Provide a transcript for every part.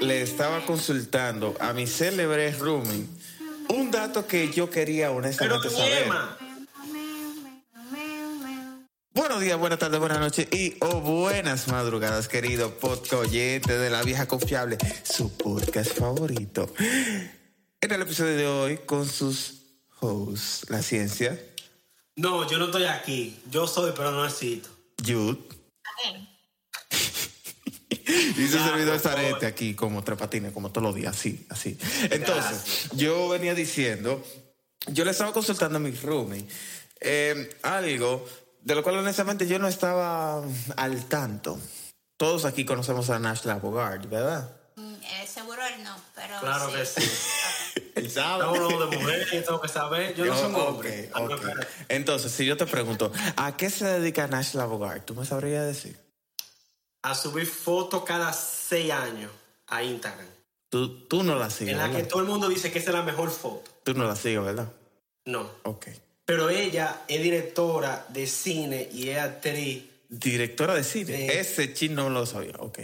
le estaba consultando a mi célebre Rumi un dato que yo quería honestamente Pero, saber. Emma, Buenos días, buenas tardes, buenas noches y o buenas madrugadas, querido podcast oyente de la vieja confiable, su podcast favorito. En el episodio de hoy con sus hosts, la ciencia, No, yo no estoy aquí. Yo soy, pero no existo. Jude y su Ya, servidor por favor. Zarete aquí como tres patines, como todos los días, así, así. Entonces, yo venía diciendo, yo le estaba consultando a mi roomie eh, algo de lo cual honestamente yo no estaba al tanto. Todos aquí conocemos a Nash Bogart, ¿verdad? Mm, eh, seguro él no, pero. Claro que Ah, sí. Él sabe. Estamos hablando de mujeres, yo tengo que saber. Yo no soy un Oh, hombre. ok, ok. Entonces, si yo te pregunto, ¿a qué se dedica Nash Bogart? ¿Tú me sabrías decir? A subir fotos cada seis años a Instagram. Tú, tú no la sigues, En la que ¿verdad? todo el mundo dice que esa es la mejor foto. Tú no la sigues, ¿verdad? No. Ok. Pero ella es directora de cine y es actriz. Directora de cine. Sí. Ese chin no lo sabía. Ok.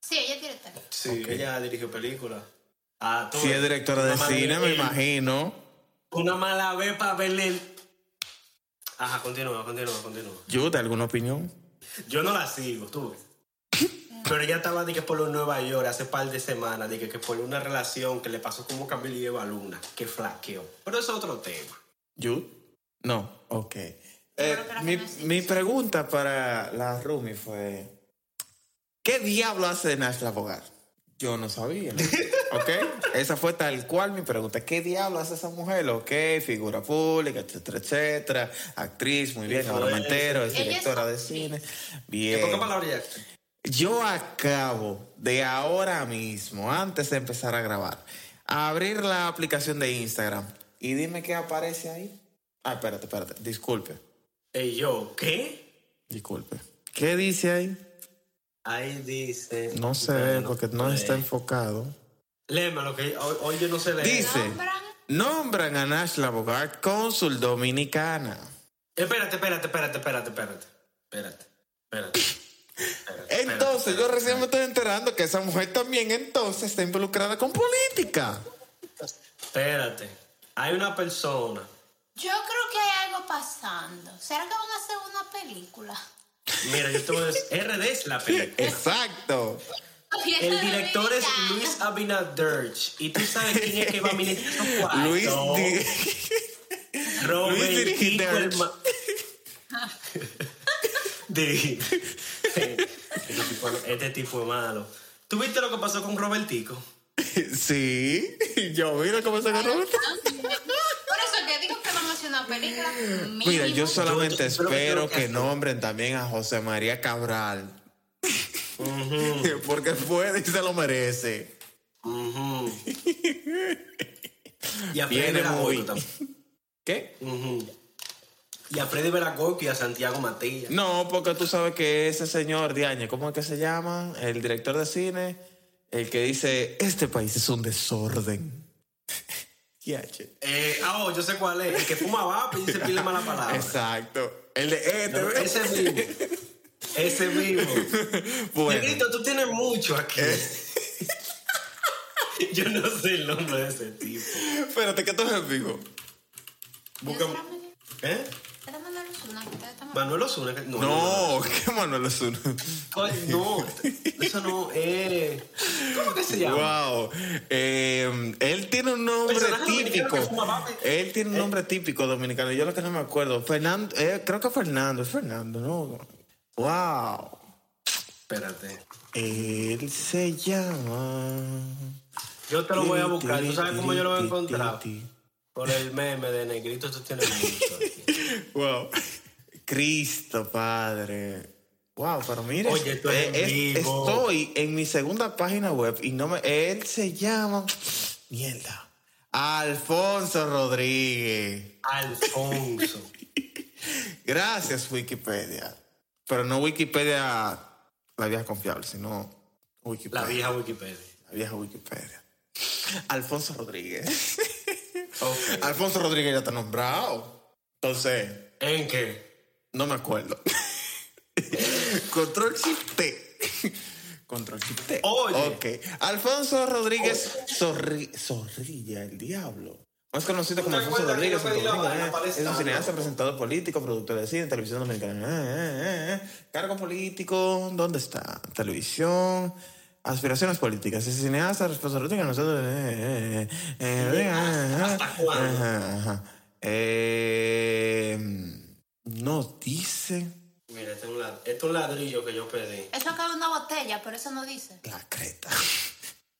Sí, ella es directora. Sí. Ella dirigió películas. Ah, tú Si es ves. directora de Una mala cine, me vez- imagino. Una mala vez para verle. el- Ajá, continúa, continúa, continúa. Yo, ¿de alguna opinión? Yo no la sigo, tú ves. Pero ella estaba de que por los Nueva York hace par de semanas, de que, que por una relación que le pasó como Camila y Eva Luna, que flaqueó. Pero eso es otro tema. ¿Yo? No. Ok. Eh, creo que la mi, conocí. mi pregunta para la Rumi fue: ¿Qué diablo hace Nash Bogart? Yo no sabía. ¿Ok? Esa fue tal cual mi pregunta. ¿Qué diablo hace esa mujer? ¿Ok? Figura pública, etcétera, etcétera. Actriz, muy bien, ahora me entero. Es Ella es directora de actriz. cine. ¿En Bien. pocas palabras Yo acabo de ahora mismo, antes de empezar a grabar, abrir la aplicación de Instagram y dime qué aparece ahí. Ah, espérate, espérate. Disculpe, ya? Ey, yo, ¿qué? disculpe. ¿Qué dice ahí? Ahí dice. No se ve porque no está enfocado. Lema, lo que hoy, hoy yo no sé leer. Dice- Sí. Nombran Nombran a Nashla Bogart cónsul dominicana. Espérate, espérate, espérate, espérate, espérate. Espérate, espérate. espérate, Entonces, yo espérate. recién me estoy enterando que esa mujer también entonces está involucrada con política. Espérate. Hay una persona. Yo creo que hay algo pasando. ¿Será que van a hacer una película? Mira, yo te voy a decir. RD es la película. Exacto. El director es Luis Abinader. Y tú sabes quién es que va a ministrar esos cuartos. Luis, di- Robert Luis Kiko, Dirigidor. el ma- Dirigidor. este, tipo, este tipo es malo. ¿Tú viste lo que pasó con Robertico? Sí, yo mira cómo se agarró. Por eso que digo que vamos a hacer una película. Mira, yo soy solamente Yo- yo creo que espero tengo que que hacer- nombren también a José María Cabral. Porque puede y se lo merece. Ujú. Y a Viene Freddy muy- Veragón también. ¿Qué? Ujú. Y a Freddy Veragón y a Santiago Matías. No, porque tú sabes que ese señor Diañe, ¿cómo es que se llama? El director de cine, el que dice, este país es un desorden. Yache. Eh, ah, oh, yo sé cuál es. El que fuma vape y dice pile mala palabra. Exacto. El de este. Ah. No, ¿ves? ese mismo. Ese mismo. Bueno. Negrito, tú tienes mucho aquí. Eh. Yo no sé el nombre de ese tipo. Espérate, que esto es vivo. Búscame. ¿Eh? Manuel Osuna. que- No. No, qué Manuel Osuna. No, no. Eso no es. ¿Cómo que se llama? Wow. Eh, él tiene un nombre Personaje dominicano típico. que fuma vape. Él tiene un Eh. nombre típico dominicano. Yo lo que no me acuerdo. Fernando, eh, creo que Fernando, es Fernando, ¿no? Wow. Espérate. Él se llama. Yo te lo voy a buscar. ¿Tú sabes cómo yo lo voy a encontrar? Por el meme de Negrito, tú tienes mucho aquí. Wow. Cristo Padre. Wow, pero mire, eh, Oye, tú eres vivo. estoy en mi segunda página web y no me. Él se llama. Mierda. Alfonso Rodríguez. Alfonso. Gracias, Wikipedia. Pero no Wikipedia la vieja confiable, sino Wikipedia. La vieja Wikipedia. la vieja Wikipedia. Alfonso Rodríguez. Ok. Alfonso Rodríguez ya está nombrado. Entonces, ¿En qué? no me acuerdo. Control Shift T. Control Shift T. Oye. Ok. Alfonso Rodríguez Zorri- Zorrilla, el diablo. Más conocido como ¿Te Alfonso acuerdas que Rodríguez. no pedí la Santo Domingo, vaina eh. para Es un estar, cineasta, loco? presentador político, productor de cine, televisión dominicana. eh, eh, eh. Cargo político, ¿dónde está? Televisión. Aspiraciones políticas. Es cineasta, responsable político, nosotros. eh, eh, eh, eh, eh, eh, ¿Hasta cuándo? Ajá, ajá. Eh, no dice. Mira, este es, un lad- este es un ladrillo que yo pedí. Eso cabe en una botella, por eso no dice. La creta.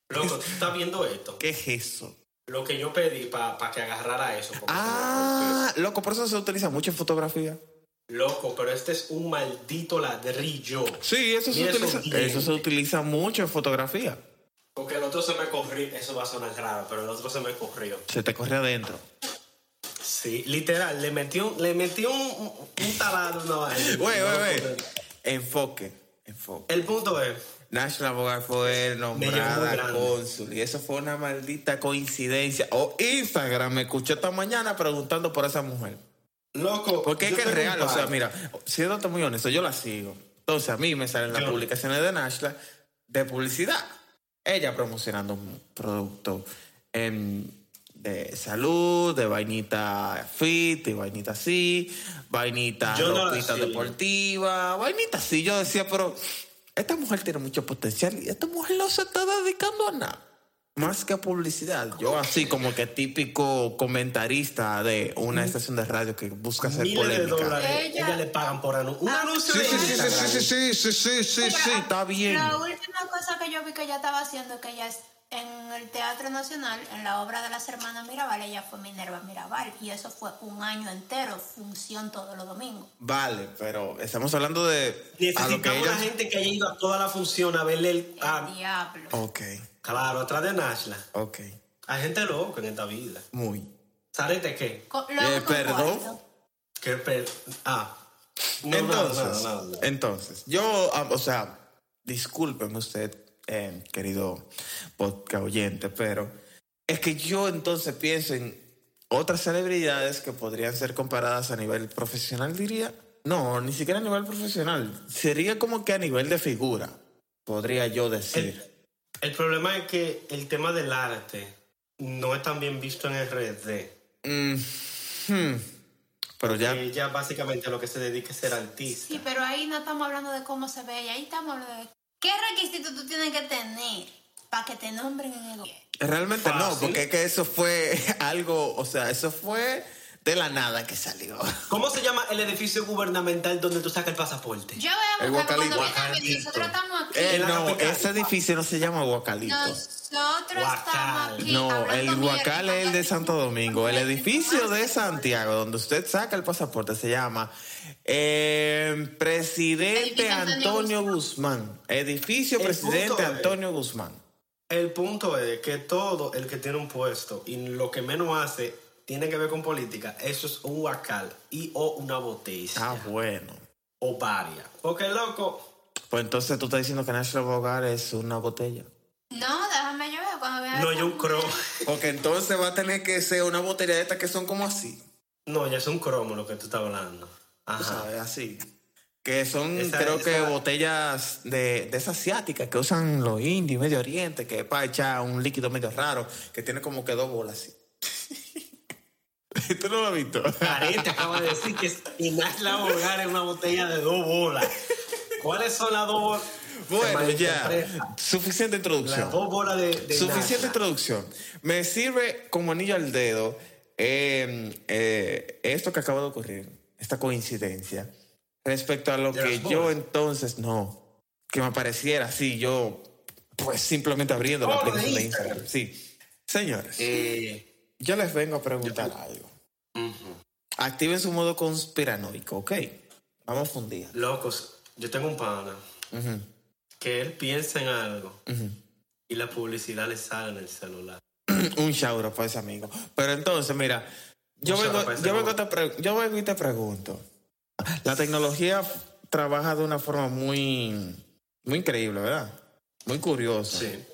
Loco, tú estás viendo esto. ¿Qué es eso? Lo que yo pedí para que agarrara eso. porque Ah, loco, por eso se utiliza mucho en fotografía. se me rompió. Loco, pero este es un maldito ladrillo. Sí, eso se, Mira esos utiliza, dientes. eso se utiliza mucho en fotografía. Porque el otro se me corrió. Eso va a sonar raro, pero el otro se me corrió. Se te corre adentro. Sí, literal, le metió, le metió un, un, un taladro una vaina. Güey, Loco, güey, güey. pero- Enfoque. Enfoque. El punto es, National Bogart fue muy nombrada grande. cónsul y eso fue una maldita coincidencia. O Instagram me escuchó esta mañana preguntando por esa mujer. loco. Porque es yo que es tengo un real, o sea, par. mira, siéndote muy honesto, yo la sigo. Entonces a mí me salen las Yo. publicaciones de Nashla de publicidad. Ella promocionando un producto em, de salud, de vainita fit, de vainita así, vainita Yo no la ropita sigo. deportiva, vainita así. Yo decía, pero esta mujer tiene mucho potencial y esta mujer no se está dedicando a nada. Más que a publicidad, yo así como que típico comentarista de una estación de radio que busca hacer Mm. Miles polémica. de dólares. Ella... Ella- le pagan por anuncio. Un Ah, anuncio Sí, de sí, sí, sí, sí, Instagram. sí, sí, sí, sí, sí, está bien. La última cosa que yo vi que ella estaba haciendo es que ella es- en el Teatro Nacional, en la obra de las hermanas Mirabal, ella fue Minerva Mirabal. Y eso fue un año entero, función todos los domingos. Vale, pero estamos hablando de a lo que Necesitamos ellos... la gente que haya ido a toda la función a verle el. El Ah. a- diablo. Ok, claro, atrás de Nashla. ok, Hay gente loca en esta vida. muy. ¿Sarete qué? Co- Eh, Luego con perdón. cuarto. ¿Qué per... Ah. No, entonces, nada, nada, nada. entonces, yo, ah, o sea, discúlpeme usted, eh, querido podcast oyente, pero es que yo entonces pienso en otras celebridades que podrían ser comparadas a nivel profesional, diría. No, ni siquiera a nivel profesional. Sería como que a nivel de figura, podría yo decir. Eh, El problema es que el tema del arte no es tan bien visto en RD. Mm, Hmm. Pero ya, Ella Eh, básicamente lo que se dedica es ser artista. Sí, pero ahí no estamos hablando de cómo se ve, y ahí estamos hablando de qué requisitos tú tienes que tener para que te nombren en el gobierno. realmente no, fácil. porque es que eso fue algo, o sea, eso fue de la nada que salió. ¿Cómo se llama el edificio gubernamental donde tú sacas el pasaporte? Yo voy a El buscar cuando guacalito. venga, porque nosotros estamos aquí. Eh, En la no, capital. ese edificio no se llama Guacalito. Nosotros Guacal. estamos aquí. No, hablando el mierda, Guacal es el de hablando Santo mierda, Domingo. El hablando edificio mierda. de Santiago, donde usted saca el pasaporte, se llama eh, Presidente Edificio Antonio Antonio Guzmán. Edificio El Presidente punto es- Antonio Guzmán. El punto es que todo el que tiene un puesto y lo que menos hace tiene que ver con política, eso es un huacal y o una botella Ah, bueno. o varias. Porque loco, Pues entonces tú estás diciendo que National Bogar es una botella. No, déjame yo veo cuando vea. no esa yo un cromo. Porque entonces va a tener que ser una botella de estas que son como así. No, ya es un cromo lo que tú estás hablando. tú Ajá. ¿Sabes? Así. Que son, Esa- creo que, esa- botellas de, de esas asiáticas que usan los indios, Medio Oriente, que es para echar un líquido medio raro, que tiene como que dos bolas así. ¿Tú no lo has visto? Carete acaba de decir que Inasla Hogar es una botella de dos bolas. ¿Cuáles son las dos bolas? Bueno, Se ya. malinterpreta. Suficiente introducción. Las dos bolas de, de Suficiente Inasla. introducción. Me sirve como anillo al dedo eh, eh, esto que acaba de ocurrir, esta coincidencia, respecto a lo De que las yo bolas. entonces no, que me apareciera así, yo pues simplemente abriendo la Oh, de aplicación de Instagram. Instagram. Sí. Señores, Eh, yo les vengo a preguntar algo. Activen su modo conspiranoico, ¿ok? Vamos a fundir. Locos, yo tengo un pana Ujú, que él piensa en algo ujú. y la publicidad le sale en el celular. un shout out para ese amigo. Pero entonces, mira, yo Un shout vengo, out para ese yo, vengo amigo. te pre- yo vengo y te pregunto. La tecnología f- trabaja de una forma muy, muy increíble, ¿verdad? Muy curiosa, Sí.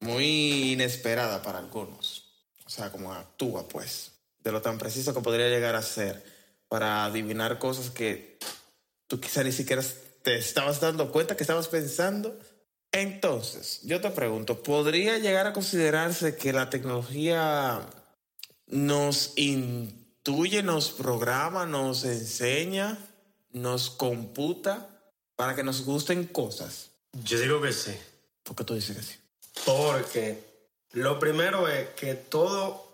muy inesperada para algunos. O sea, como actúa, pues, de lo tan preciso que podría llegar a ser para adivinar cosas que tú quizá ni siquiera te estabas dando cuenta que estabas pensando Entonces, yo te pregunto, ¿podría llegar a considerarse que la tecnología nos intuye, nos programa, nos enseña, nos computa para que nos gusten cosas? Yo digo que sí. ¿Por qué tú dices que sí? Porque lo primero es que todo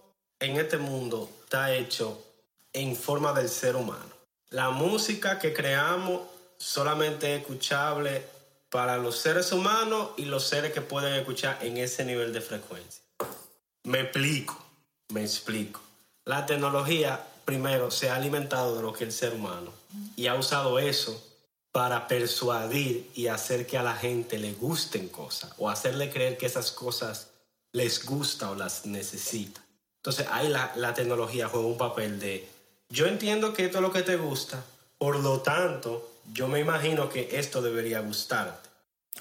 en este mundo está hecho en forma del ser humano. La música que creamos solamente es escuchable para los seres humanos y los seres que pueden escuchar en ese nivel de frecuencia. Me explico, me explico. La tecnología primero se ha alimentado de lo que es el ser humano y ha usado eso para persuadir y hacer que a la gente le gusten cosas o hacerle creer que esas cosas les gusta o las necesita. Entonces ahí la, la tecnología juega un papel de, yo entiendo que esto es lo que te gusta, por lo tanto, yo me imagino que esto debería gustarte.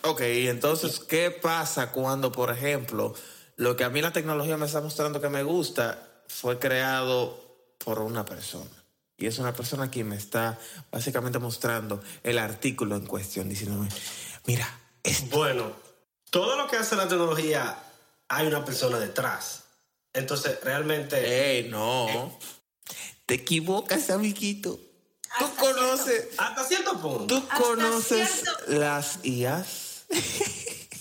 Ok, entonces, ¿qué pasa cuando, por ejemplo, lo que a mí la tecnología me está mostrando que me gusta fue creado por una persona? Y es una persona quien me está básicamente mostrando el artículo en cuestión, diciéndome, mira, es... Bueno, todo lo que hace la tecnología, hay una persona detrás. Entonces, realmente... ¡Ey, no! Te equivocas, amiguito. Tú Hasta conoces, Hasta cierto punto. tú Hasta conoces cierto- las IAS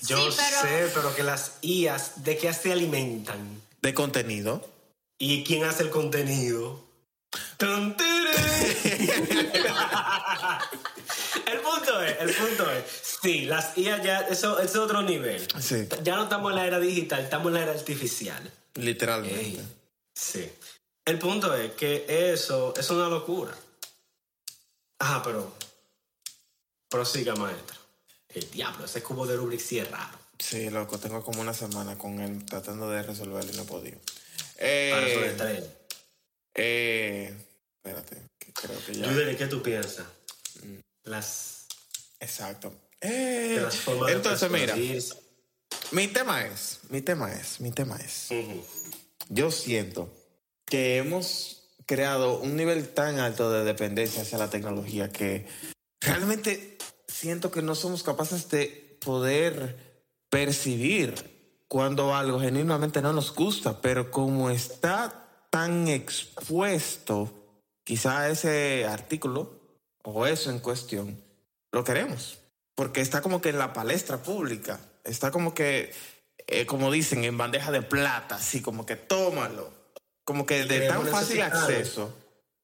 Yo Sí, pero- sé, pero que las IAs, ¿de qué se alimentan? de contenido. ¿Y quién hace el contenido? ¡Tun, turun! el punto es, el punto es, sí, las IAs ya, eso, eso es otro nivel. Sí, Ya no estamos en la era digital, estamos en la era artificial. literalmente. Ey. Sí. El punto es que eso es una locura. Ajá, pero prosiga, maestra. El diablo, ese cubo de Rubik sí es raro. Sí, loco, tengo como una semana con él tratando de resolverlo y no he podido. Para eso de Eh, estrella. eh, espérate, que creo que ya. Yudeli, ¿qué tú piensas? Las, Exacto. Eh, de las formas de entonces, mira, persuadirse. mi tema es, mi tema es, mi tema es. Ujú. Yo siento que hemos creado un nivel tan alto de dependencia hacia la tecnología que realmente siento que no somos capaces de poder percibir cuando algo genuinamente no nos gusta, pero como está tan expuesto quizá ese artículo o eso en cuestión, lo queremos, porque está como que en la palestra pública, está como que, eh, como dicen, en bandeja de plata, así como que tómalo, como que de tan queremos fácil necesitarlo. acceso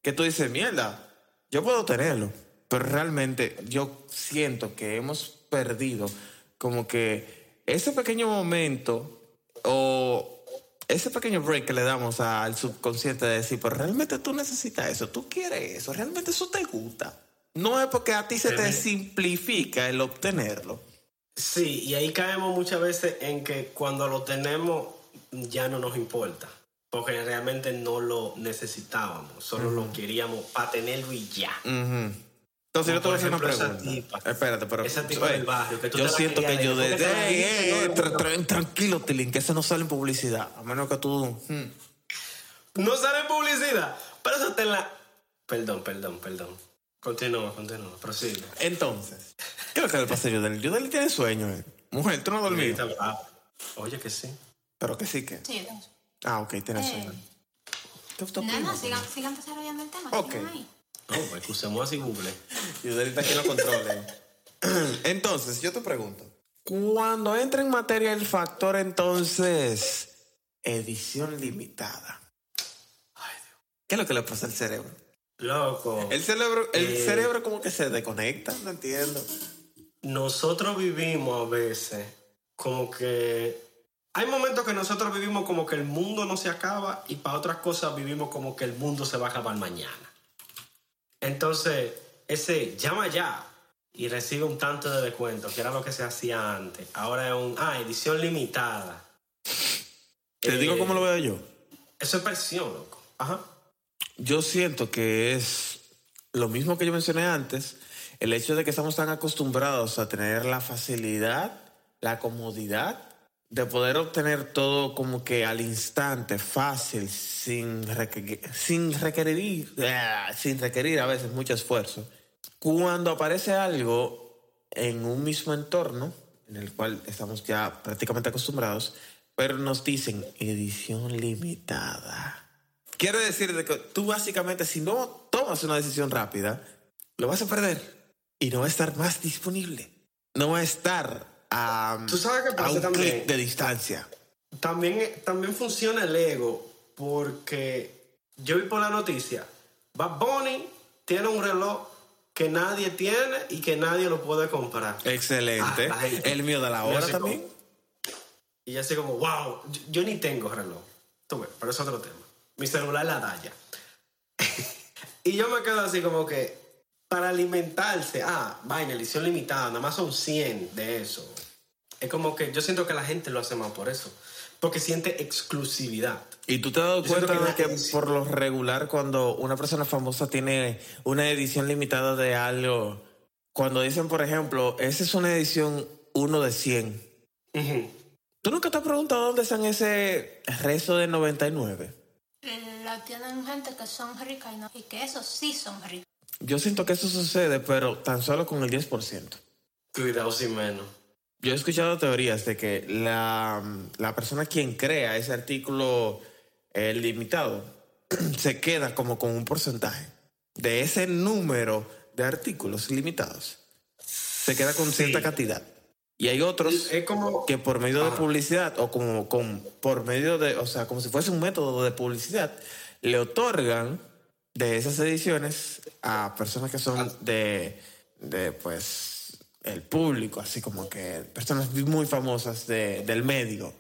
que tú dices, mierda, yo puedo tenerlo, pero realmente yo siento que hemos perdido como que ese pequeño momento o ese pequeño break que le damos al subconsciente de decir, pero realmente tú necesitas eso, tú quieres eso, realmente eso te gusta. No es porque a ti se te Ujú. simplifica el obtenerlo. Sí, y ahí caemos muchas veces en que cuando lo tenemos ya no nos importa, porque realmente no lo necesitábamos, solo lo queríamos para tenerlo y ya. Ujú. Entonces Como yo te voy a por hacer una ejemplo, esa pregunta. tipa. Espérate, pero Esa tipa del barrio que tú yo te la siento querías que yo leer, de, porque te la Ey, dijiste, ey, no, tra- no. tra- tranquilo, Tilín, que eso no sale en publicidad, a menos que tú mm, No sale en publicidad, pero eso está en la... Perdón, perdón, perdón. Continúa, continúa, prosigue. Entonces, ¿qué es lo que le pasa a Yudel? Yudel tiene sueño, eh. Mujer, tú no has dormido. Ahorita- ah, Oye que sí. Pero que sí que. Sí, Ah, ok, tiene Eh. sueño. ¿Qué te no, no, opinas? sigan, sigan desarrollando el tema. Ok. sigan ahí. No, pues que usemos así Google. Yudel está aquí en los controles. entonces, yo te pregunto. Cuando entra en materia el factor, entonces, edición limitada. Ay, ¿Qué es lo que le pasa al cerebro? Dios. Loco. El cerebro, el Eh. cerebro como que se desconecta, no entiendo. nosotros vivimos a veces como que hay momentos que nosotros vivimos como que el mundo no se acaba y para otras cosas vivimos como que el mundo se va a acabar mañana. Entonces, ese llama ya y recibe un tanto de descuento, que era lo que se hacía antes. Ahora es un, ah, edición limitada. Te Eh, digo cómo lo veo yo. Eso es presión, loco. Ajá. Yo siento que es lo mismo que yo mencioné antes, el hecho de que estamos tan acostumbrados a tener la facilidad, la comodidad de poder obtener todo como que al instante, fácil, sin, reque- sin requerir, ah, sin requerir a veces mucho esfuerzo. Cuando aparece algo en un mismo entorno, en en el cual estamos ya prácticamente acostumbrados, pero nos dicen edición limitada. Quiere decir de que tú básicamente si no tomas una decisión rápida, lo vas a perder y no va a estar más disponible. No va a estar a, ¿Tú sabes qué a pasa un también? clic de distancia. También, también funciona el ego, porque yo vi por la noticia, Bad Bunny tiene un reloj que nadie tiene y que nadie lo puede comprar. Excelente. Ah, ay. Este, el mío de la Mira, hora así también. como- Y yo así como, wow, yo, yo ni tengo reloj. Tú ves, pero es otro tema. Mi celular la da ya. y yo me quedo así como que, para alimentarse, ah, vaina, edición limitada, nada más son 100 de eso. Es como que yo siento que la gente lo hace más por eso, porque siente exclusividad. Y tú te has dado Yo siento cuenta de que que nadie dice- por lo regular cuando una persona famosa tiene una edición limitada de algo, cuando dicen, por ejemplo, esa es una edición 1 de 100, Ujú. ¿tú nunca te has preguntado dónde están ese resto de 99? Lo Eh, tienen gente que son ricas y, no- y que esos sí son ricos. Yo siento que eso sucede, pero tan solo con el 10%. Cuidado sin menos. Yo he escuchado teorías de que la, la persona quien crea ese artículo eh, limitado se queda como con un porcentaje de ese número de artículos limitados. Se queda con cierta cantidad. Y hay otros Es como... Pues, que por medio de Ah. publicidad o como con, por medio de, o sea, como si fuese un método de publicidad, le otorgan de esas ediciones a personas que Ah. son de, de pues, el público, así como que personas muy famosas de- del medio.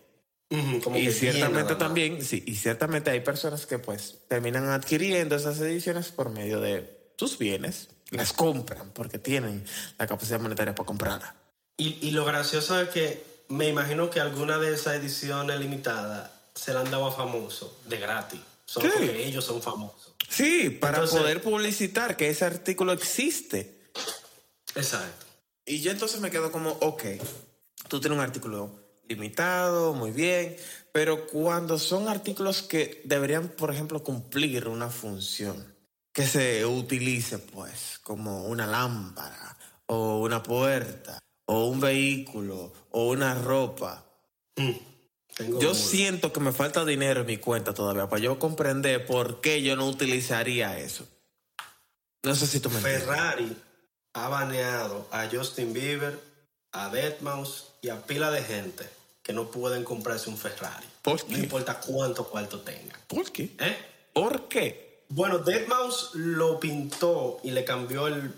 Ujú, como que Y bien nada ciertamente más. también, sí, y ciertamente hay personas que pues terminan adquiriendo esas ediciones por medio de sus bienes, las compran porque tienen la capacidad monetaria para comprarla. Y, y lo gracioso es que me imagino que alguna de esas ediciones limitadas se la han dado a famosos de gratis. Solo Sí. porque ellos son famosos. Sí, para Entonces- poder publicitar que ese artículo existe. Exacto. Y yo entonces me quedo como, ok, tú tienes un artículo limitado, muy bien, pero cuando son artículos que deberían, por ejemplo, cumplir una función, que se utilice pues como una lámpara o una puerta o un vehículo o una ropa, Mm. Tengo yo uno. siento que me falta dinero en mi cuenta todavía para yo comprender por qué yo no utilizaría eso. No sé si tú me entiendes. Ferrari ha baneado a Justin Bieber, a Deadmau5 y a pila de gente que no pueden comprarse un Ferrari. ¿Por No qué? importa cuánto cuarto tengan. ¿Por qué? ¿Eh? ¿Por qué? Bueno, Deadmau5 lo pintó y le cambió el...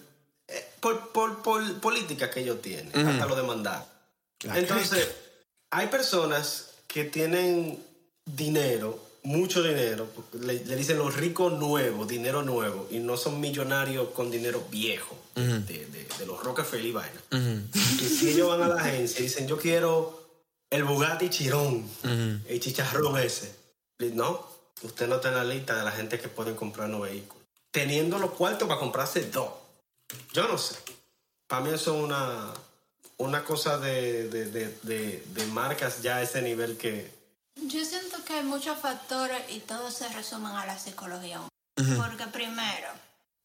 eh, Por, por, por política que ellos tienen, Ujú. hasta lo demandaron. La Entonces, creta. hay personas que tienen dinero, mucho dinero, le, le dicen los ricos nuevos, dinero nuevo, y no son millonarios con dinero viejo, de, de- de los Rockefeller y vaina. Ujú, Y si ellos van a la agencia y dicen, yo quiero el Bugatti Chirón, ujú. el chicharrón ese. Y No, usted no está en la lista de la gente que pueden comprar un vehículos. Teniendo los cuartos para comprarse dos. Yo no sé. Para mí eso es una, una cosa de, de- de- de- de marcas ya a ese nivel que... Yo siento que hay muchos factores y todos se resumen a la psicología. humana. Porque primero,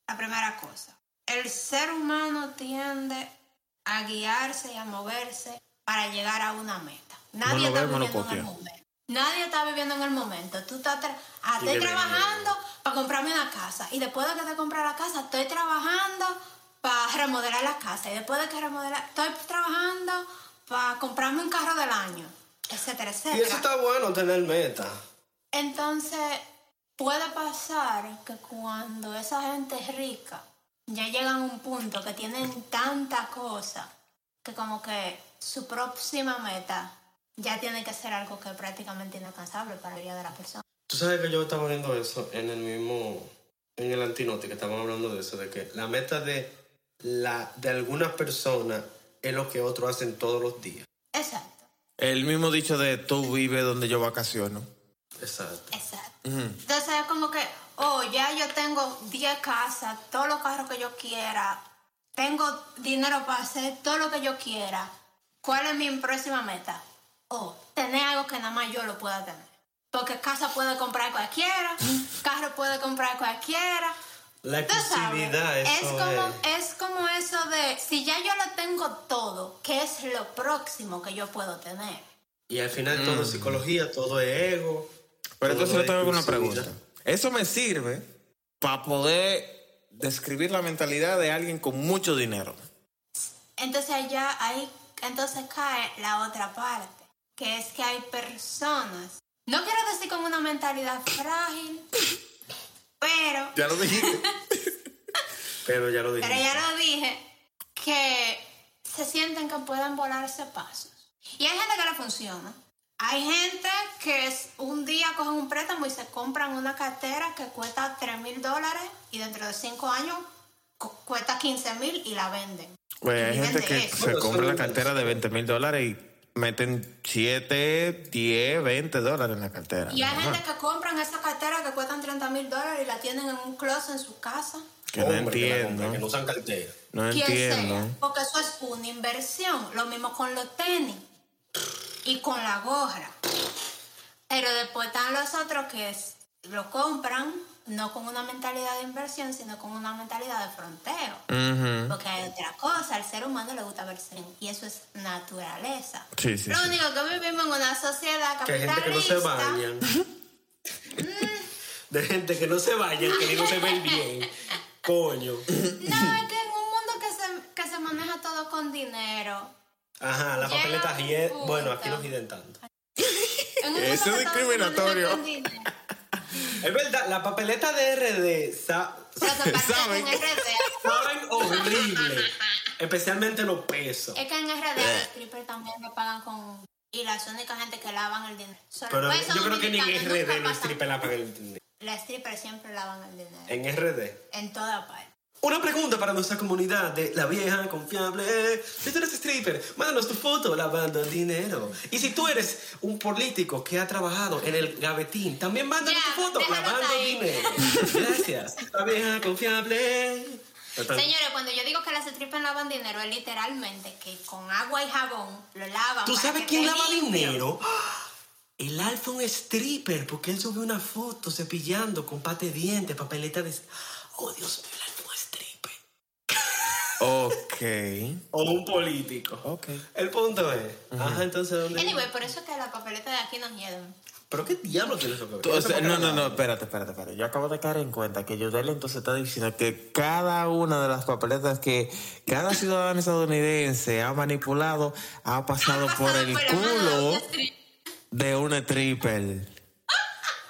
la primera cosa, el ser humano tiende a guiarse y a moverse para llegar a una meta. Nadie lo está vemos, lo viviendo en copia. el momento. Nadie está viviendo en el momento. Tú estás tra- ah, estoy debería. trabajando para comprarme una casa. Y después de que te compras la casa, estoy trabajando para remodelar la casa. Y después de que remodelar, estoy trabajando para comprarme un carro del año, etcétera, etcétera. Y eso está bueno, tener meta. Entonces, puede pasar que cuando esa gente es rica, ya llegan a un punto que tienen tanta cosa que como que su próxima meta ya tiene que ser algo que es prácticamente inalcanzable para la mayoría de las personas. Tú sabes que yo estaba viendo eso en el mismo... En el antinoti que estábamos hablando de eso, de que la meta de, la, de algunas personas es lo que otros hacen todos los días. Exacto, El mismo dicho de tú vive donde yo vacaciono. Exacto. exacto. Ujú. Entonces es como que, oh, ya yo tengo 10 casas, todos los carros que yo quiera, tengo dinero para hacer todo lo que yo quiera. ¿Cuál es mi próxima meta? Oh, tener algo que nada más yo lo pueda tener. Porque casa puede comprar cualquiera, carro puede comprar cualquiera. La Tú sabes, exclusividad, es eso como, es. es como como eso de, si ya yo lo tengo todo, ¿qué es lo próximo que yo puedo tener? Y al final todo es Mm. psicología, todo es ego. Pero entonces yo todo te es hago una impulsividad. pregunta. Eso me sirve para poder describir la mentalidad de alguien con mucho dinero. Entonces allá ahí, entonces cae la otra parte, que es que hay personas, no quiero decir con una mentalidad frágil, pero, Ya lo dije. Pero ya lo dije. pero ya lo dije, que se sienten que pueden volarse pasos. Y hay gente que le funciona. Hay gente que es, un día cogen un préstamo y se compran una cartera que cuesta 3 mil dólares y dentro de 5 años cu- cuesta 15 mil y la venden. Güey, Pues, hay Viven gente de que eso. se Bueno, compra la son- cartera de 20 mil dólares y meten 7, 10, 20 dólares en la cartera. Y hay Ajá. gente que compran esas carteras que cuestan 30 mil dólares y la tienen en un closet en su casa. Que no Hombre, la entiendo. compra, Que no usan cartera. No Quien entiendo. sea, porque eso es una inversión. Lo mismo con los tenis y con la gorra. Pero después están los otros que es- lo compran no con una mentalidad de inversión, sino con una mentalidad de fronteo. Ujú. Porque hay otra cosa, al ser humano le gusta verse bien, y eso es naturaleza. Sí, sí, lo sí. único que vivimos en una sociedad Que hay capitalista. gente que no se bañan. De gente que no se bañan, que no se ven bien. Coño. No, es que en un mundo que se, que se maneja todo con dinero. Ajá, la Llega papeleta un gie- punto. Bueno, aquí nos giden tanto. En un mundo Eso que es todo se maneja discriminatorio. con dinero, Es verdad, la papeleta de RD sa- Los zapatos ¿Saben? en RD. saben horrible. Especialmente los pesos. Es que en RD Eh. los strippers también lo pagan con. Y las únicas gente que lavan el dinero. Son los Pero pesos yo creo que ni en dominicanos, nunca RD los pasan. strippers la pagan el dinero. Las strippers siempre lavan el dinero. En RD. En toda parte. Una pregunta para nuestra comunidad de la vieja confiable. Si tú eres stripper, mándanos tu foto lavando el dinero. Y si tú eres un político que ha trabajado en el gavetín, también mándanos Ya, tu foto déjalo lavando ahí. dinero. Gracias. La vieja confiable. Señores, cuando yo digo que las strippers lavan dinero, es literalmente que con agua y jabón lo lavan. ¿Tú para sabes que quién esté lava limpio. dinero? ¡Ah! El Alfa un stripper, porque él subió una foto cepillando con pate de diente, papeleta de... Oh, Dios mío, el Alfa un stripper. Ok. O un político. Ok. El punto es... Ajá, entonces, ¿dónde? Anyway, por eso es que las papeletas de aquí nos hieden. ¿Pero qué diablos tiene eso que ver? Tú, o Eso sea, porque no, no, la- no, espérate, espérate, espérate. Yo acabo de caer en cuenta que Yudelo entonces está diciendo que cada una de las papeletas que cada ciudadano estadounidense ha manipulado ha pasado por el Pasado la mano de culo un stripper. de una triple.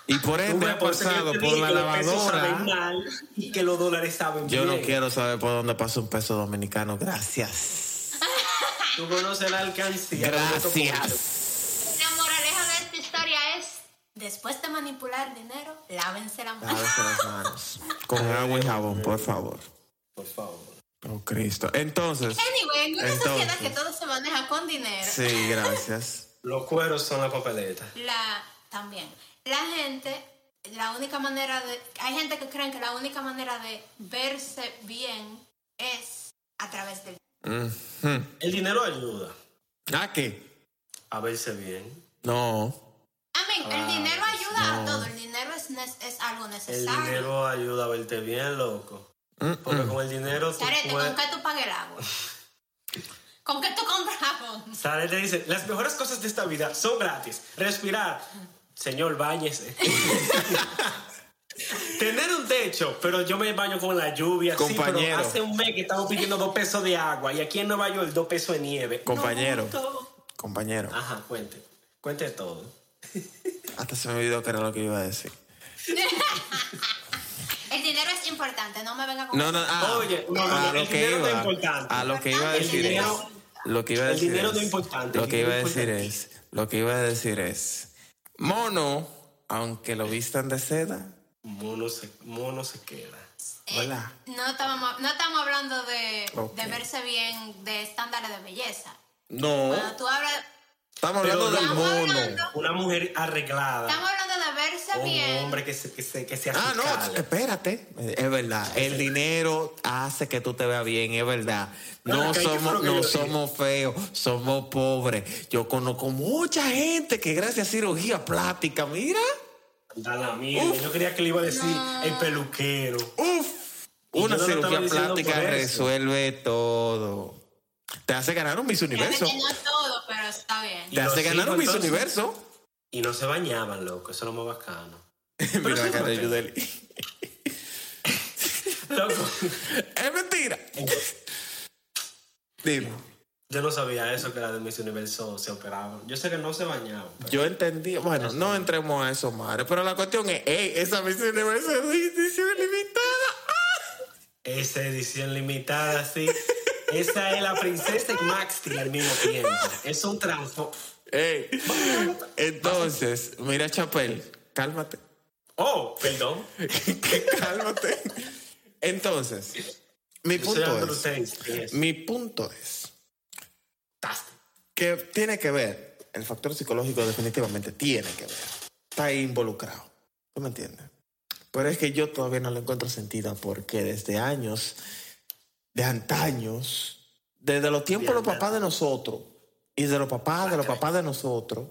Y por Tú ende me ha apuestas que yo pasado te por dije la que los pesos saben lavadora. mal y que los dólares saben Yo no bien. quiero saber por dónde pasa un peso dominicano. Gracias. Tú conoces la alcancía. Gracias. La moraleja de esta historia es, después de manipular dinero, lávense la mano. Lávese las manos. Con agua y jabón, por favor. Por favor. Oh, Cristo. Entonces. Anyway, en una sociedad Ah. Entonces. que todo se maneja con dinero, Sí, gracias. Los cueros son la papeleta. la también. La gente, la única manera de... Hay gente que creen que la única manera de verse bien es a través del... Ujú. El dinero ayuda ¿A qué? a verse bien. No. Amén, el dinero ayuda a Ah, no. todo, el dinero es, nes- es algo El necesario. dinero ayuda a verte bien, loco. Mm, Porque con el dinero tú Sarete, ¿con puedes... qué tú pagas el agua? ¿Con qué tú compras jabón? Sara te dice, las mejores cosas de esta vida son gratis. Respirar. Señor, báñese. Tener un techo, pero yo me baño con la lluvia. sí, pero Compañero. hace un mes que estamos pidiendo dos pesos de agua y aquí en Nueva York dos pesos de nieve. Compañero. No, todo. Compañero, Ajá, cuente. Cuente todo. hasta se me olvidó que era lo que iba a decir. El dinero es importante, no me venga con No, no, ah, Oye, no, no, a no, lo el que dinero no es iba, importante. a lo que iba a El decir es, dinero- lo que iba a el decir dinero es- no es importante, el lo que iba a dinero es decir es, lo que iba a decir es, mono, aunque lo vistan de seda, Mono se, mono se queda. hola. Eh, No estamos, no estamos hablando de, Ok. de verse bien, de estándares de belleza. Oh. No, Cuando tú hablas, estamos Pero hablando del estamos mono. hablando, Una mujer arreglada. estamos hablando de verse o Un bien. Oh, hombre que se, que se, que se Ah, no, acicala. espérate, es verdad, el dinero hace que tú te veas bien, es verdad. No Ok, ¿qué fue lo somos, que no yo dije? somos feos, somos pobres. Yo conozco mucha gente que gracias a cirugía plástica, mira. Da la mierda. Yo creía que le iba a decir el peluquero. Uf, Y Una yo no lo cirugía estaba diciendo plástica por eso. resuelve todo. Te hace ganar un Miss Universo. Realmente no todo, pero está bien. Y Te hace los ganar hijos, un Miss entonces. Universo. Y no se bañaban, loco. Eso es lo más bacano. Mira la sí, cara de porque- Yudeli. Loco, Es mentira. Dime. yo no sabía eso que la de Miss Universo se operaban. Yo sé que no se bañaban. pero- Yo entendí. Bueno, no entremos a eso, madre. Pero la cuestión es, ey, esa Miss Universo es edición limitada. Esa edición limitada, sí. Esa es la princesa y Maxi al mismo tiempo. Es un transfo. Ey. Entonces, mira, Chapel, cálmate. Oh, perdón. cálmate. Entonces, mi Yo soy punto Andrew es. Tate, yes. Mi punto es que tiene que ver, el factor psicológico definitivamente tiene que ver, está ahí involucrado, ¿tú me entiendes? Pero es que yo todavía no le encuentro sentido porque desde años, de antaños, desde los tiempos de los antaño. papás de nosotros y de los papás de los papás de nosotros,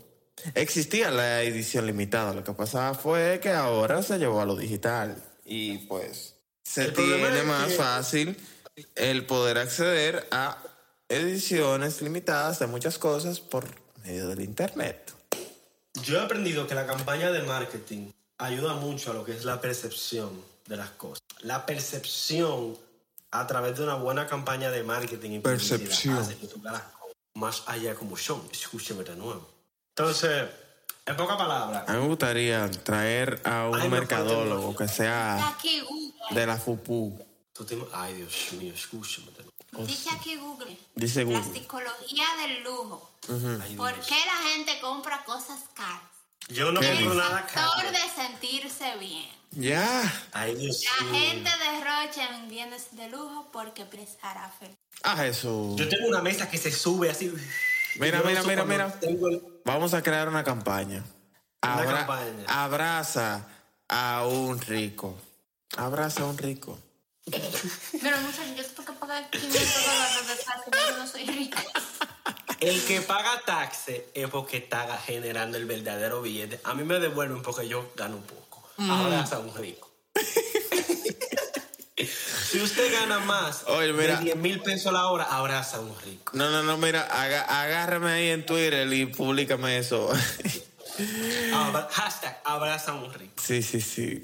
existía la edición limitada. Lo que pasaba fue que ahora se llevó a lo digital y pues se El problema tiene es más que- fácil el poder acceder a ediciones limitadas de muchas cosas por medio del internet. Yo he aprendido que la campaña de marketing ayuda mucho a lo que es la percepción de las cosas. La percepción a través de una buena campaña de marketing y publicidad Percepción. hace que tú veas las cosas más allá como son. Escúcheme de nuevo. Entonces, en pocas palabras, A mí me gustaría traer a un Ay, me falta mercadólogo mucho. que sea Aquí Google. de la FUPU. tú te... Ay, Dios mío, escúcheme de nuevo. Dice aquí Google. Dice La Google. psicología del lujo. Ay, ¿Por Dios. qué la gente compra cosas caras? Yo no ¿Qué? tengo El nada factor caro. de sentirse bien. Ya. Ay, Dios La mío. gente derrocha en bienes de lujo porque pensará feliz. A Jesús. Yo tengo una mesa que se sube así. Mira, Yo mira, uso mira, cuando mira. tengo el- Vamos a crear una campaña. Una Abra- campaña. Abraza a un rico. Abraza a un rico. Pero muchachos, yo tengo que pagar 500 dólares de taxi, yo no soy rica. El que paga taxe es porque está generando el verdadero billete. A mí me devuelven porque yo gano un poco. Ahora es un rico. si usted gana más Oye, mira. de 10 mil pesos la hora, abraza a un rico. No, no, no, mira, aga- agárrame ahí en Twitter y públicame eso. Abra- hashtag abraza a un rico. sí, sí, sí.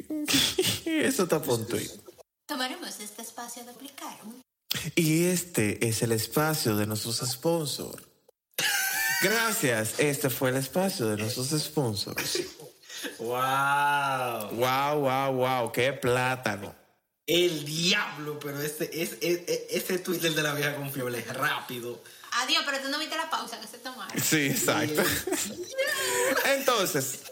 Eso está por un tweet. Tomaremos este espacio de aplicar. un- Y este es el espacio de nuestros sponsors. Gracias, este fue el espacio de nuestros sponsors. ¡Wow! Wow, wow, wow, qué plátano. El diablo, pero este, ese, ese, ese, ese Twitter este de la vieja confiable es rápido. Adiós, pero tú no viste la pausa que se tomaron. Sí, exacto. Entonces,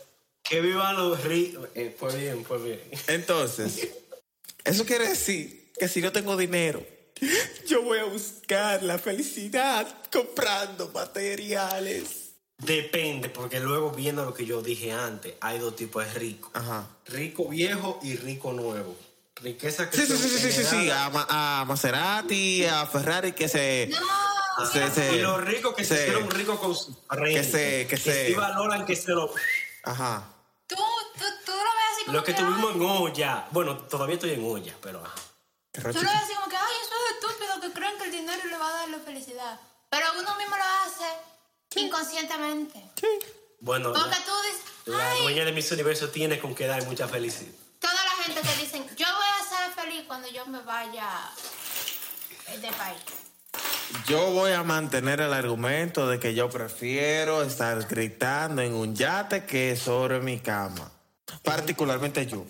Que vivan los ricos. Eh, fue bien, fue bien. Entonces, eso quiere decir que si no tengo dinero, yo voy a buscar la felicidad comprando materiales. Depende, porque luego viendo lo que yo dije antes, hay dos tipos de rico. Ajá. Rico viejo y rico nuevo. Riqueza que Sí, sí, son sí, sí, sí, sí, sí, generadas. A, Ma- a Maserati, a Ferrari, que se... No, ah, se- se- Y los ricos que se se- hicieron ricos con su Que se- que se- sí valoran que se lo... Ajá. tú, tú, tú lo ves así como Lo que que, ay, tuvimos en olla. Bueno, todavía estoy en olla, pero... ajá. ah, Tú lo ves así como que, ay, eso es estúpido, que creen que el dinero le va a dar la felicidad. Pero uno mismo lo hace inconscientemente. Bueno, Porque la, tú dices, la ay, dueña de mis universo tiene con qué dar mucha felicidad. toda la gente que dicen, yo voy a ser feliz cuando yo me vaya eh, de país. Yo voy a mantener el argumento de que yo prefiero estar gritando en un yate que sobre mi cama. Particularmente yo.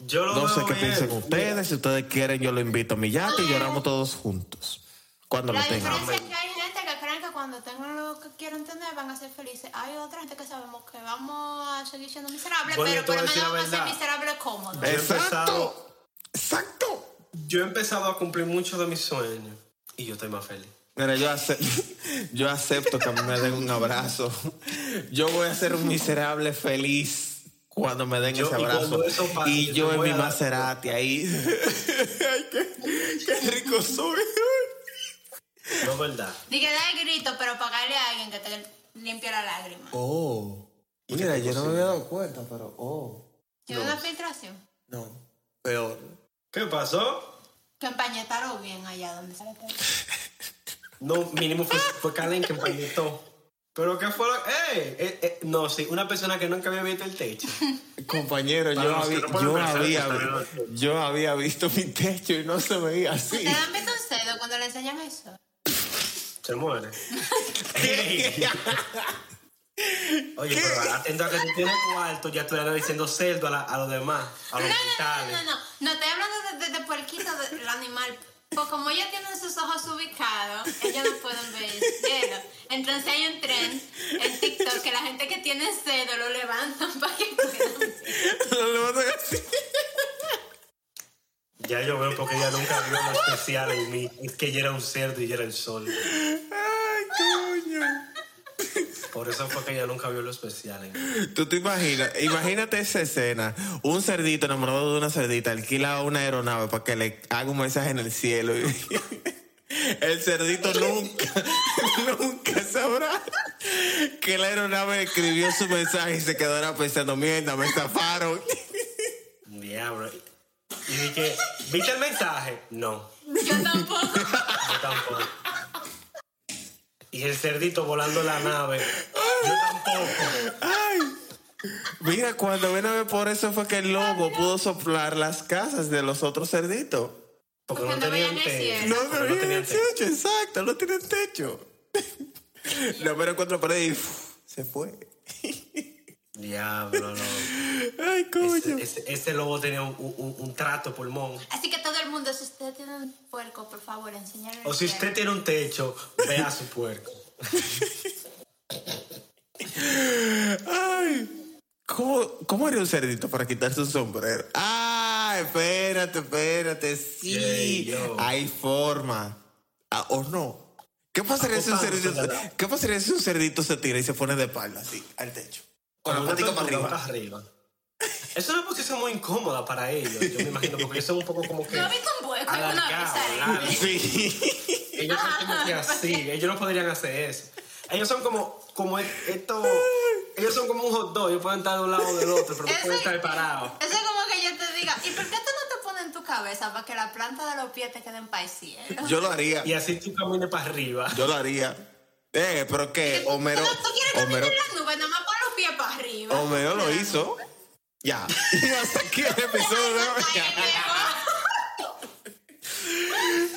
Yo lo No sé veo qué bien. piensan ustedes. Si ustedes quieren, yo lo invito a mi yate y lloramos todos juntos. Cuando lo La tengan. diferencia es que hay gente que creen que cuando tengan lo que quieren tener van a ser felices. Hay otra gente que sabemos que vamos a seguir siendo miserables, Bueno, pero yo te por voy lo a decir la menos vamos a ser verdad. miserables cómodos. Eh. he Exacto. empezado- Exacto. Yo he empezado a cumplir muchos de mis sueños y yo estoy más feliz. Mira, yo acepto, yo acepto que a mí me den un abrazo. Yo voy a ser un miserable feliz cuando me den Yo- ese y cuando abrazo. eso pase, y yo yo te en voy mi a dar- Maserati ahí. Ay, qué, qué rico soy. No es verdad. Dije, da el grito, pero pagarle a alguien que te limpie la lágrima. Oh. Mira, yo no me había dado cuenta, pero oh. Yo una filtración. No. Peor. ¿Qué pasó? Que empañetaron bien allá donde se le pegó. No, mínimo fue, fue Kalen que empañetó. Pero ¿qué fue lo ¡Ey! Eh, eh, no, sí, una persona que nunca había visto el techo. Compañero, Para yo, los que habí- no pueden yo pensar, había, está bien, está yo había visto mi techo y no se veía así. ¿Ustedes han visto un cedo cuando le enseñan eso? Se muere. Ey. Oye, pero atento a que tú tienes cuarto, ya tú le andas diciendo cerdo a, la- a los demás, a los No, no, mentales. no, no, no, no. estoy hablando de, de, de puerquito, de- del animal. Pues como ellos tienen sus ojos ubicados, ellos no pueden ver el cielo. Entonces hay un tren en TikTok que la gente que tiene cedo lo levantan para que puedan ver. Lo levantan así. Ya yo veo porque ella nunca vio lo especial en mí. Es que ella era un cerdo y yo era el sol. Ay, coño. Por eso fue que ella nunca vio lo especial en mí. Tú te imaginas, imagínate esa escena, un cerdito enamorado de una cerdita alquila una aeronave para que le haga un mensaje en el cielo. y- el cerdito nunca, nunca sabrá que la aeronave escribió su mensaje y se quedará pensando, mierda, me estafaron. Diablo. Y dije, ¿viste el mensaje? No, Yo tampoco. yo tampoco. Y el cerdito volando la nave. Yo tampoco. Mira, cuando ven a ver por eso fue que el lobo pudo soplar las casas de los otros cerditos. Porque Porque no no tenían veían el techo. No, cielo. no, Porque no tienen tenían techo. techo, exacto, no tienen techo. No me encuentro la pared y uf, se fue. Diablo, no. Ay, coño. Ese, ese- ese lobo tenía un, un- un trato pulmón. Así que todo el mundo, si usted tiene un puerco, por favor, enséñale. O si usted tiene un techo, vea a su puerco. Ay. ¿Cómo, ¿Cómo haría un cerdito para quitarse un sombrero? Ah, espérate, espérate. Sí, Yeah, yo. hay forma. Ah, ¿O no? ¿Qué pasaría, si un Acostado, cerdito, señalado. ¿Qué pasaría si un cerdito se tira y se pone de espalda así, al techo? Con la Como una patica para tortuga arriba. arriba. Es una posición muy incómoda para ellos, yo me imagino, porque ellos son un poco como que. Yo vi con hueco alguna alargados, vez, ¿sabes? largos. Sí. Ellos son como que así, ellos no podrían hacer eso. Ellos son como, como esto. Ellos son como un hot dog, ellos pueden estar de un lado o del otro, pero no pueden estar parados. Eso es como que yo te diga, ¿y por qué tú no te pones en tu cabeza para que la planta de los pies te queden para el cielo? Yo lo haría. Y así tú camines para arriba. Yo lo haría. Eh, pero que Homero. Tú no- tú quieres caminar Homero, en las nubes, nada más pon los pies para arriba. Homero lo hizo. Ya. Y hasta aquí el episodio de hoy.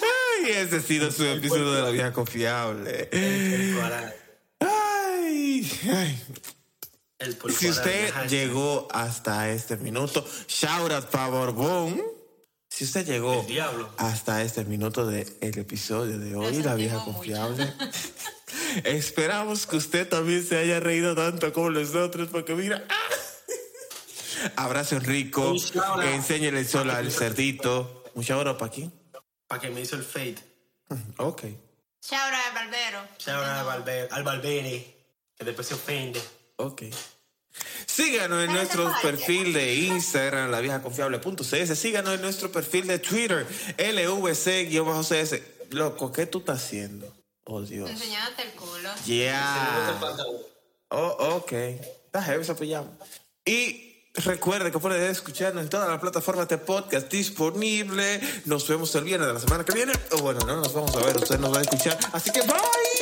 Ay, ese ha sido su episodio de la vieja confiable. El coral. Ay, ay. El pulpo Si usted naranja. llegó hasta este minuto, shout out favor boom. Si usted llegó El diablo. hasta este minuto del episodio de hoy, la vieja sentimos mucho. confiable. Esperamos que usted también se haya reído tanto como nosotros, porque mira. ¡ah! Abrazo rico, Un shout out. enséñele el sol al cerdito. Mucha hora para aquí. Para que me hizo el fade. Ok. Chaura de barbero. Shout out al Valver- al Valverde, que después se ofende. Ok. Síganos en Pero nuestro se puede. perfil de Instagram, la vieja confiable.cs. Síganos en nuestro perfil de Twitter, LVC-CS. Loco, ¿qué tú estás haciendo? Oh, Dios. Enseñándote el culo. Yeah. Pantalón. Oh, ok. Está heavy esa pijama. Y recuerde que puedes escucharnos en todas las plataformas de podcast disponible. Nos vemos el viernes de la semana que viene. O bueno, no nos vamos a ver, usted nos va a escuchar. Así que bye.